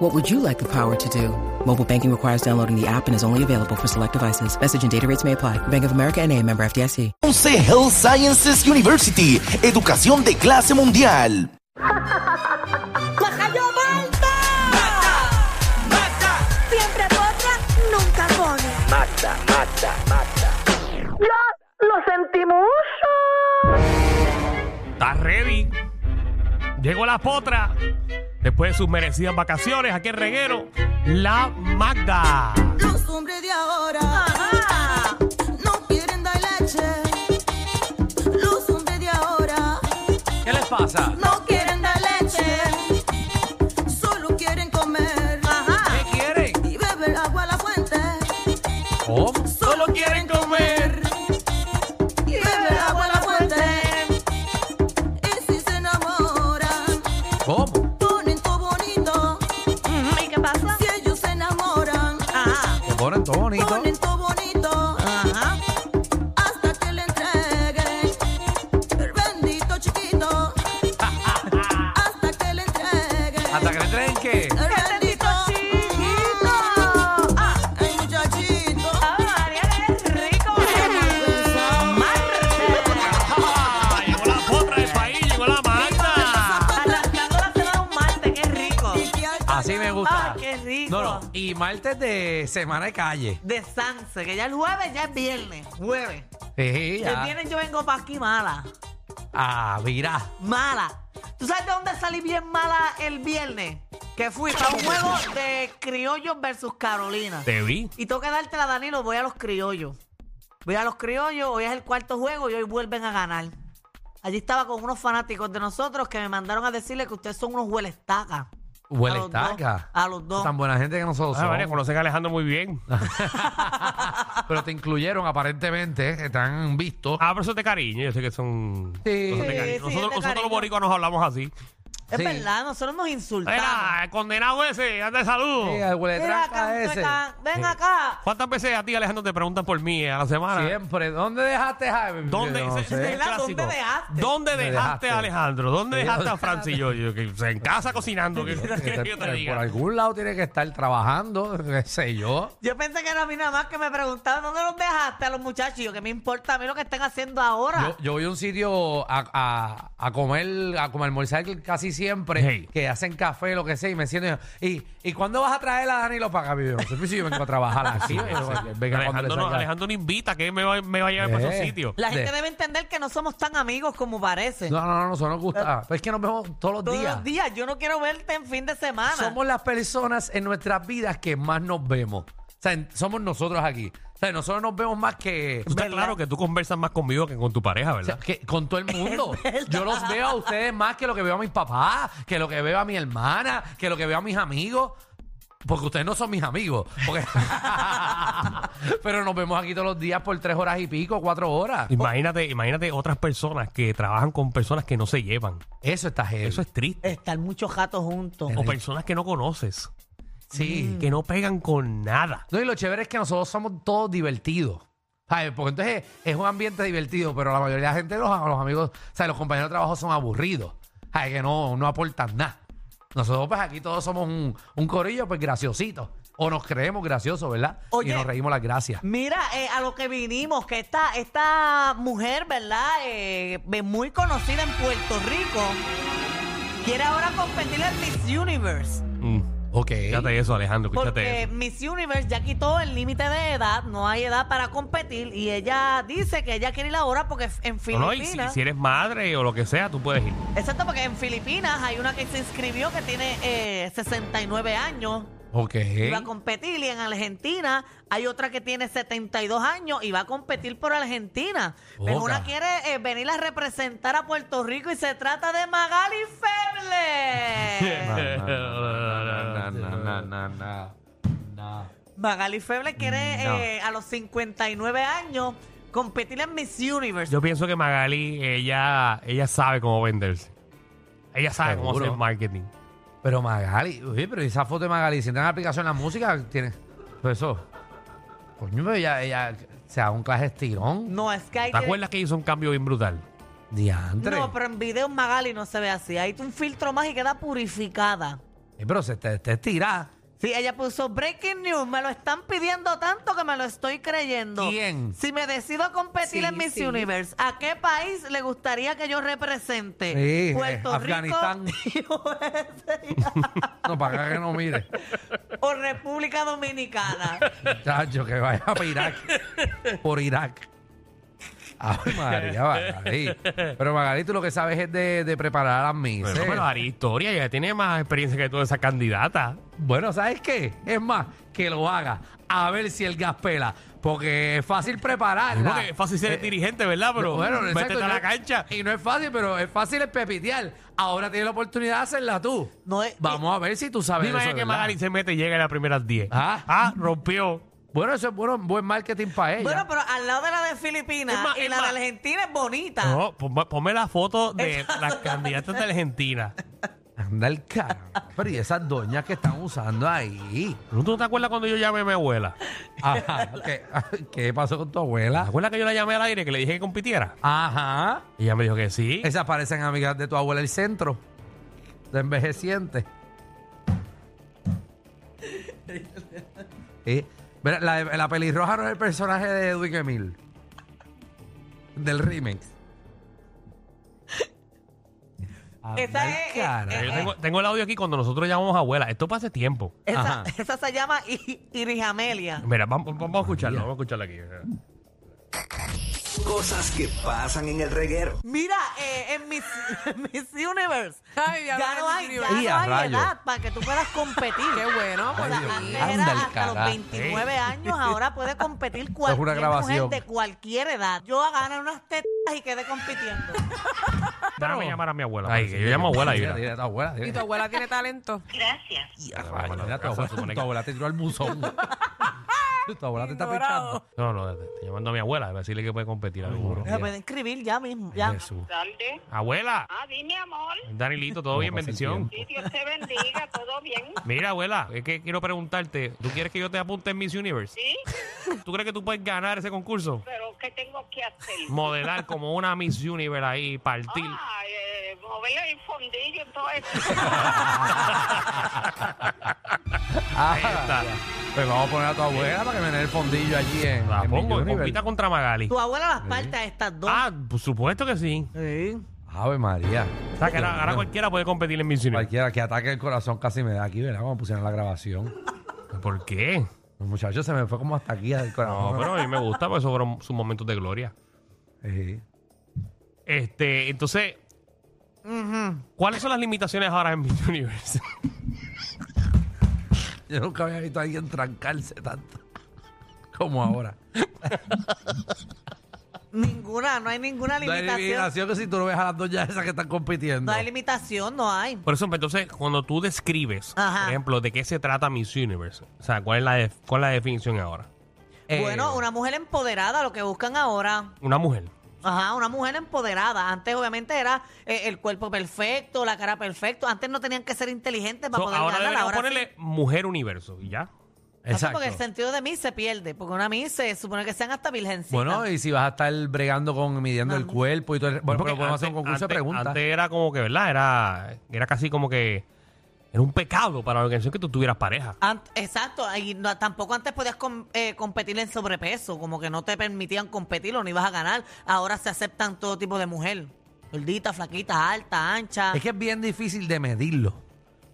What would you like the power to do? Mobile banking requires downloading the app and is only available for select devices. Message and data rates may apply. Bank of America and a member FDIC. 11 Health Sciences University, educación de clase mundial. ¡Majayo Malta! ¡Mata! ¡Mata! Siempre potra, nunca pone. ¡Mata, mata, mata! ¡Ya lo sentimos! ¿Estás ready? Llegó la potra. Después de sus merecidas vacaciones, aquí en reguero, la Magda. Los hombres de ahora no quieren dar leche. Los hombres de ahora ¿Qué les pasa? no quieren dar leche. Solo quieren comer ¿Qué quieren? y beber agua a la fuente. ¿Cómo? Solo quieren comer. Y beber agua a la fuente. Y si se enamoran, ¿Cómo? ponen todo bonito. ¿Y qué pasa? Si ellos se enamoran, Ah. Que ponen todo bonito. ponen todo bonito. Hasta que le entreguen el bendito chiquito. Hasta que le entreguen ¿Hasta que le traen qué? Ah, el bendito chiquito. Ah, el muchachito. Ah, llegó la potra del país, llegó la Magda. Ah. Así me gusta. Ah, qué rico. No, no. Y martes de semana de calle. De Sanse, que ya el jueves ya es viernes. Jueves. Sí, El ya. viernes yo vengo para aquí mala. Ah, mira. Mala. ¿Tú sabes de dónde salí bien mala el viernes? Que fui para un juego de criollos versus Carolina. Te vi. Y tengo que dártela, Danilo. Voy a los criollos. Voy a los criollos. Hoy es el cuarto juego y hoy vuelven a ganar. Allí estaba con unos fanáticos de nosotros que me mandaron a decirle que ustedes son unos huelestacas. A Huele los dos, estaca. a los dos. Tan buena gente que nosotros Ah, vale, somos. conocen a Alejandro muy bien. Pero te incluyeron eh, aparentemente. Están vistos. Ah, pero eso es de cariño. Yo sé que son. Sí. son de Sí, sí, cariño. es de nosotros, nosotros cariño. los boricuas nos hablamos así. Es Sí. verdad, nosotros nos insultamos. Era, el condenado ese, anda de Sí, saludo. el huele Mira, tranca ese. cantueca, ven Sí. acá. ¿Cuántas veces a ti, Alejandro, te preguntan por mí eh, a la semana? Siempre. ¿Dónde dejaste a ¿Dónde, No ese- sé. ese es el ¿Verdad? ¿Dónde clásico. dejaste? ¿Dónde Me dejaste dejaste. a Alejandro? ¿Dónde Sí, dejaste a ¿dónde Francis y yo? Yo, que, o sea, en casa cocinando. ¿qué- qué- qué yo te Este, Por diga? algún lado tiene que estar trabajando, qué sé yo. Yo pensé que era a mí nada más que me preguntaban dónde los dejaste a los muchachos. Y yo, ¿qué me importa a mí lo que estén haciendo ahora? Yo, yo voy a un sitio a, a- a comer, a comer almorzar casi siempre, Hey. que hacen café, lo que sea, y me siento y, ¿y, ¿y cuándo vas a traer a Danilo para acá? Y Yo, "No sé, pues, si yo vengo a trabajar aquí. o sea, que venga cuando le Alejandro, no, salga". Alejandro no invita, que me va, me va a llevar para esos Eh. sitios. La gente de- debe entender que no somos tan amigos como parece. no, no, no, no, eso nos gusta. Pero es que nos vemos todos los Todos días. los días. Yo no quiero verte en fin de semana. Somos las personas en nuestras vidas que más nos vemos. O sea, en- somos nosotros aquí. O sea, nosotros nos vemos más que... Tú estás claro que tú conversas más conmigo que con tu pareja, O sea, ¿verdad? que con todo el mundo. Yo los veo a ustedes más que lo que veo a mis papás, que lo que veo a mi hermana, que lo que veo a mis amigos. Porque ustedes no son mis amigos. Porque- Pero nos vemos aquí todos los días por tres horas y pico, cuatro horas. Imagínate, imagínate otras personas que trabajan con personas que no se llevan. Eso está heavy. Eso es triste. Estar muchos gatos juntos. O personas que no conoces, Sí. que no pegan con nada. No, y lo chévere es que nosotros somos todos divertidos. ¿Sabes? Porque entonces es un ambiente divertido, pero la mayoría de la gente, los, los amigos, o sea, los compañeros de trabajo son aburridos. ¿Sabes? Que no, no aportan nada. Nosotros, pues aquí todos somos un, un corillo, pues graciosito. O nos creemos graciosos, ¿verdad? Oye. Y nos reímos las gracias. Mira, eh, a lo que vinimos, que esta, esta mujer, ¿verdad? Eh, ve- muy conocida en Puerto Rico, quiere ahora competir en Miss Universe. Mm. Ok. Escúchate eso, Alejandro, escúchate Porque eso. Miss Universe ya quitó el límite de edad, no hay edad para competir y ella dice que ella quiere ir ahora porque en No, no, y si, Filipinas, si eres madre o lo que sea, tú puedes ir. exacto, porque en Filipinas hay una que se inscribió que tiene eh, 69 años Ok. y va a competir y en Argentina hay otra que tiene 72 años y va a competir por Argentina. Pero Oca. una quiere eh, venir a representar a Puerto Rico y se trata de Magali Feble. Na, na, na, na, na, na, na. Mm, Magali Feble quiere No. eh, a los 59 años Competir en Miss Universe. Yo pienso que Magali, ella, ella sabe cómo venderse. Ella sabe cómo Seguro. hacer marketing. Pero Magali, oye, pero esa foto de Magali, si entran a la aplicación la música, tiene. Pues eso. Coño, pero ella, ella se da un clase de estirón. No, es que hay ¿Te acuerdas que hizo un cambio bien brutal? Diantre. No, pero en video Magali no se ve así. Ahí tú un filtro más y queda purificada. Eh, pero se te, te estira. Sí, ella puso Breaking News. Me lo están pidiendo tanto que me lo estoy creyendo. ¿Quién? Si me decido competir Sí, en Miss sí. Universe, ¿a qué país le gustaría que yo represente? Sí, Puerto eh, Afganistán. Rico No, para acá que no mire. o República Dominicana. Chacho, que vaya para Irak. Por Irak. Ay, María, Magali. Pero Magali, tú lo que sabes es de, de preparar a las misas. Pero, pero haría historia, ella tiene más experiencia que toda esa candidata. Bueno, ¿sabes qué? Es más, que lo haga. A ver si el gas pela. Porque es fácil prepararla. Porque es fácil ser Eh, dirigente, ¿verdad? Pero bueno, métete exacto, a la no- cancha. Y no es fácil, pero es fácil es pepitear. Ahora tienes la oportunidad de hacerla tú. No es- Vamos a ver si tú sabes. Dime eso, que ¿verdad? Magali se mete y llega a las primeras 10. Ah. rompió. Bueno, eso es bueno, buen marketing para ella. Bueno, pero al lado de la de Filipinas Es más, y es la más. de Argentina es bonita. Oh, No, ponme, ponme la foto de las candidatas de Argentina. Anda el caramba. Pero y esas doñas que están usando ahí. ¿No tú te acuerdas cuando yo llamé a mi abuela? Ajá, ¿qué, qué pasó con tu ¿Te abuela? acuerdas que yo la llamé al aire que le dije que compitiera? Ajá. Ella me dijo que sí. Esas parecen amigas de tu abuela el centro. De envejeciente. Sí. Eh, Mira, la, la pelirroja no es el personaje de Edwin Emil. Del remix. Esa Anda el es- eh, es- cara. Yo tengo, tengo el audio aquí cuando nosotros llamamos a abuela. Esto pasa tiempo. Esa, Ajá. esa se llama I- Irijamelia. Mira, vamos, vamos a escucharlo. Vamos a escucharlo aquí. Cosas que pasan en el reguero. Mira, eh, en Miss, Miss Universe Ay, ya, ya no hay, ya Y no a hay rayo. edad para que tú puedas competir. Qué bueno, pues por O sea, Dios aquí. antes mío. era Anda el hasta los carajo. 29 años, ahora puede competir una cualquier mujer grabación. de cualquier edad. Yo gané unas tetas y quedé compitiendo. Déjame llamar a mi abuela. Ay, parece. yo llamo a abuela y Dile, dile a tu abuela. dile. Y tu abuela tiene talento. Ay, mira, tu, Eso abuela, tu supone que- abuela te tiró al buzón. tu abuela te está Ignorado. pichando. No, no, te- te llamando a mi abuela para decirle que puede competir. a mi Me pueden escribir ya mismo. Ya. Jesús. Abuela. Ah, dime, amor. Danilito, todo bien, pasa el bendición. Sí, Dios te bendiga, todo bien. Mira, abuela, es que quiero preguntarte, ¿tú quieres que yo te apunte en Miss Universe? Sí, ¿Tú crees que tú puedes ganar ese concurso? pero ¿qué tengo que hacer? Modelar como una Miss Universe ahí, partir. Ah, eh, mover el fondillo y todo eso. Ah, está. Pues vamos a poner a tu abuela para que me dé el fondillo allí en. La en pongo, Miss compita Universe. contra Magali. Tu abuela las parte a estas dos. Ah, por supuesto que sí. Sí. Ave María. O sea, que ahora, ahora cualquiera puede competir en Miss Universe. Cualquiera que ataque el corazón casi me da aquí, ¿verdad? Cuando pusieron la grabación. ¿Por qué? Los muchachos se me fue como hasta aquí el No, corazón. pero a mí me gusta, porque esos fueron sus momentos de gloria. Sí. Este, entonces, ¿cuáles son las limitaciones ahora en Miss Universe? Yo nunca había visto a alguien trancarse tanto como ahora. Ninguna, no hay ninguna La limitación. eliminación que si tú no ves a las dos ya esas que están compitiendo. No hay limitación, no hay. Por eso, entonces, cuando tú describes, Ajá. por ejemplo, de qué se trata Miss Universe, o sea, ¿cuál es la, def- cuál es la definición ahora? Eh, Bueno, una mujer empoderada, lo que buscan ahora. Una mujer. Ajá, una mujer empoderada. Antes obviamente era eh, el cuerpo perfecto, la cara perfecta. Antes no tenían que ser inteligentes para So, poder ahora ganar. deberíamos Ahora sí. ponerle mujer universo y ya. Así, Exacto. Porque el sentido de mí se pierde, porque una mí se supone que sean hasta virgencitas. Bueno, y si vas a estar bregando con midiendo el cuerpo y todo el- Bueno, Porque pero podemos hacer un concurso de antes- preguntas. Antes era como que, ¿verdad? Era, era casi como que era un pecado para la organización que tú tuvieras pareja. Ant- exacto, y no- tampoco antes podías com- eh, competir en sobrepeso, como que no te permitían competir o no ibas a ganar. Ahora se aceptan todo tipo de mujer, gordita, flaquita, alta, ancha. Es que es bien difícil de medirlo.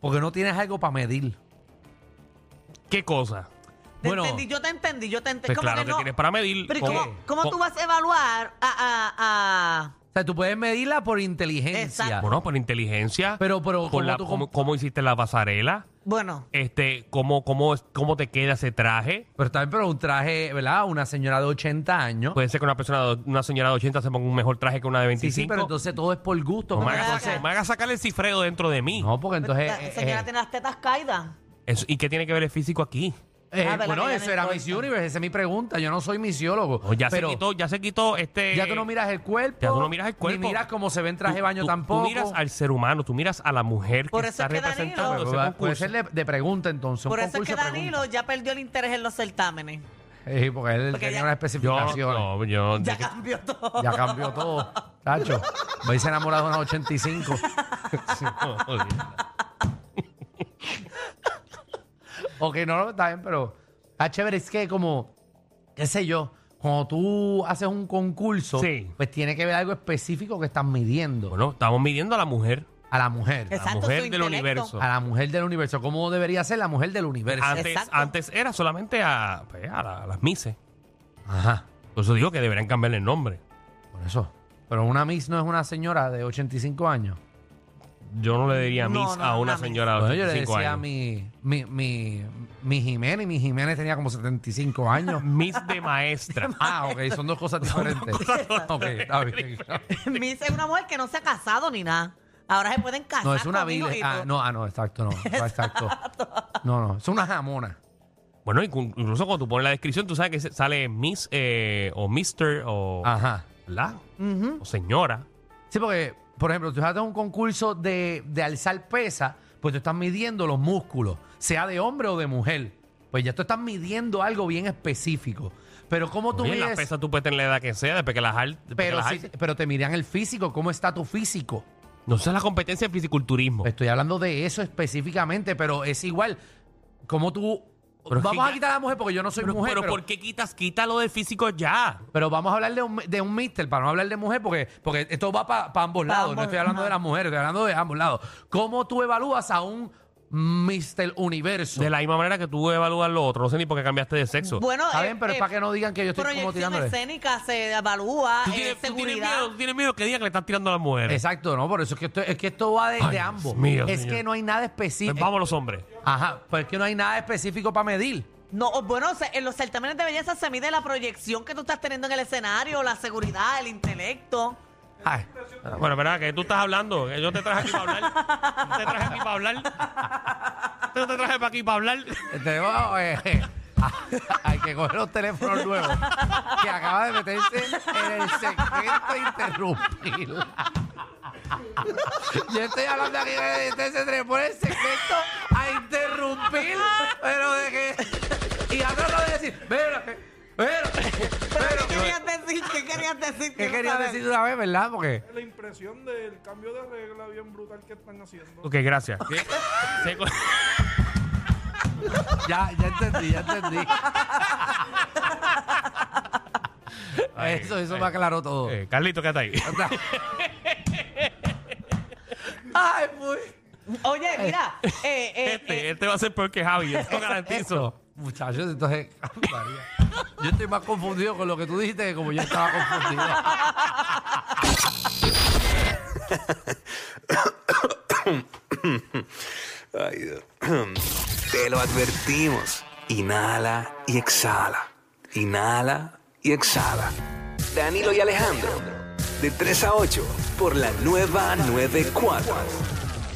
Porque no tienes algo para medir. ¿Qué cosa? Te bueno. entendí, yo te entendí, yo te entendí. Pues Como claro que, no- tienes para medir. Pero ¿y ¿cómo, con- cómo con- tú vas a evaluar a... a- a- O sea, tú puedes medirla por inteligencia. Exacto. Bueno, por inteligencia. Pero- pero, por ¿cómo la- tú- cómo, cómo hiciste la pasarela. Bueno, Este, cómo, cómo, cómo te queda ese traje. Pero también, pero un traje, ¿verdad? Una señora de 80 años. Puede ser que una persona, una señora de 80 se ponga un mejor traje que una de sí, 25. sí, pero entonces todo es por gusto. No me ¿Cómo hagas Pues, tú Venga hacer- acá. no me hagas sacar el cifreo dentro de mí. No, porque entonces. Pues, la eh, señora eh, tiene las tetas caídas. Eso- ¿Y qué tiene que ver el físico aquí? Eh, Ah, ¿verdad bueno, que ya no eso era importa? Miss Universe, esa es mi pregunta. Yo no soy misiólogo. No, ya pero se quitó, ya se quitó este. Ya tú no miras el cuerpo. Ya tú no miras el cuerpo. Ni miras cómo se ve en traje de Tú- baño tú- tampoco. Tú miras al ser humano, tú miras a la mujer Por que eso está es que Danilo- representando Pues, ese va- concurso. puede ser de, de pregunta entonces. un Por eso es concurso que de pregunta. Danilo ya perdió el interés en los certámenes. Sí, porque él Porque tenía ya- una Yo, especificación. no, yo, Ya yo- cambió todo. Ya cambió todo. Tacho, me hubiese enamorado de una 85. ok, no, no, está bien, pero está chévere. Es que como, qué sé yo, cuando tú haces un concurso, Sí. pues tiene que ver algo específico que estás midiendo. Bueno, estamos midiendo a la mujer, a la mujer. a la Exacto, mujer su del intelecto. universo. A la mujer del universo. ¿Cómo debería ser la mujer del universo? Antes, Exacto. antes era solamente a, pues, a la- a las mises. Ajá, Por eso digo que deberían cambiarle el nombre. por eso. Pero una Miss no es una señora de 85 años. Yo no le diría No, Miss no, a una una Miss. señora de Bueno, yo le 85 decía a años. mi, mi, mi, mi Jiménez, y mi Jiménez tenía como 75 años. Miss de maestra. ah, ok, son dos cosas diferentes. ok, está bien. Me dice una mujer que no se ha casado ni nada. Ahora se pueden casar. No, es una conmigo vida. y Ah, todo. no, ah, no, exacto, no. no, Exacto. No, no, es una jamona. bueno, inclu- incluso cuando tú pones la descripción, tú sabes que se- sale Miss eh, o Mister o, Ajá. ¿verdad? o señora. Sí, porque, por ejemplo, tú haces un concurso de, de alzar pesa, pues tú estás midiendo los músculos, sea de hombre o de mujer. Pues ya tú estás midiendo algo bien específico. Pero ¿cómo tú Oye, la mides? pesa tú puedes tener la edad que sea, después que las al- después que Pero, las sí- alces. pero te miran el físico, ¿cómo está tu físico? No sé la competencia de fisiculturismo. Estoy hablando de eso específicamente, pero es igual. ¿Cómo tú... Pero es que vamos a ya- quitar a la mujer porque yo no soy pero, mujer. pero pero- ¿por qué quitas? Quítalo del físico ya. Pero vamos a hablar de un, de un mister, para no hablar de mujer, porque, porque esto va para ambos Pa' lados. ambos- no estoy hablando de las mujeres, estoy hablando de ambos lados. ¿Cómo tú evalúas a un Mister Universo? De la misma manera que tú evalúas lo otro. No sé ni por qué cambiaste de sexo. Bueno, Está eh, bien, pero es eh, para que no digan que yo estoy como proyección tirándole. escénica se evalúa, ¿Tú eh, tienes, tú tienes seguridad. miedo, tú tienes miedo que diga que le estás tirando a las mujeres. Exacto, no, por eso es que esto, es que esto va de, Ay, de Dios ambos. mío, es señor. que no hay nada Pues específico. vamos los hombres. Ajá, pues es que no hay nada específico para medir. No, o bueno, se- en los certámenes de belleza se mide la proyección que tú estás teniendo en el escenario, la seguridad, el intelecto. Ay, Bueno, ¿verdad? Que tú estás hablando. que Yo te traje aquí para hablar. Yo te traje aquí para hablar. Yo te traje para aquí para hablar. tenemos, eh, hay que coger los teléfonos nuevos que acaba de meterse en el e segmento interrumpido. Yo estoy hablando aquí de usted se trepó en el segmento a interrumpir, pero de que. Y ahora lo voy a decir, pero, pero, ¿Pero qué pero. querías decir? ¿Qué querías decir? ¿Qué Quiero quería saber. decir una vez, verdad? Porque. la impresión del cambio de regla bien brutal que están haciendo. Ok, gracias. Se co- Ya, ya entendí, ya entendí. Ay, Eso, eso ay. me aclaró todo. Eh, Carlito, ¿qué está ahí? Ay, pues. Oye, mira, eh, eh, eh, Este, este va a ser peor que Javi. Eso lo garantizo. Eso. Muchachos, entonces. María, Yo estoy más confundido con lo que tú dijiste que como yo estaba confundido. Ay, Dios. Te lo advertimos. Inhala y exhala. Inhala y exhala. Danilo y Alejandro, de 3 a 8, por la nueva 94.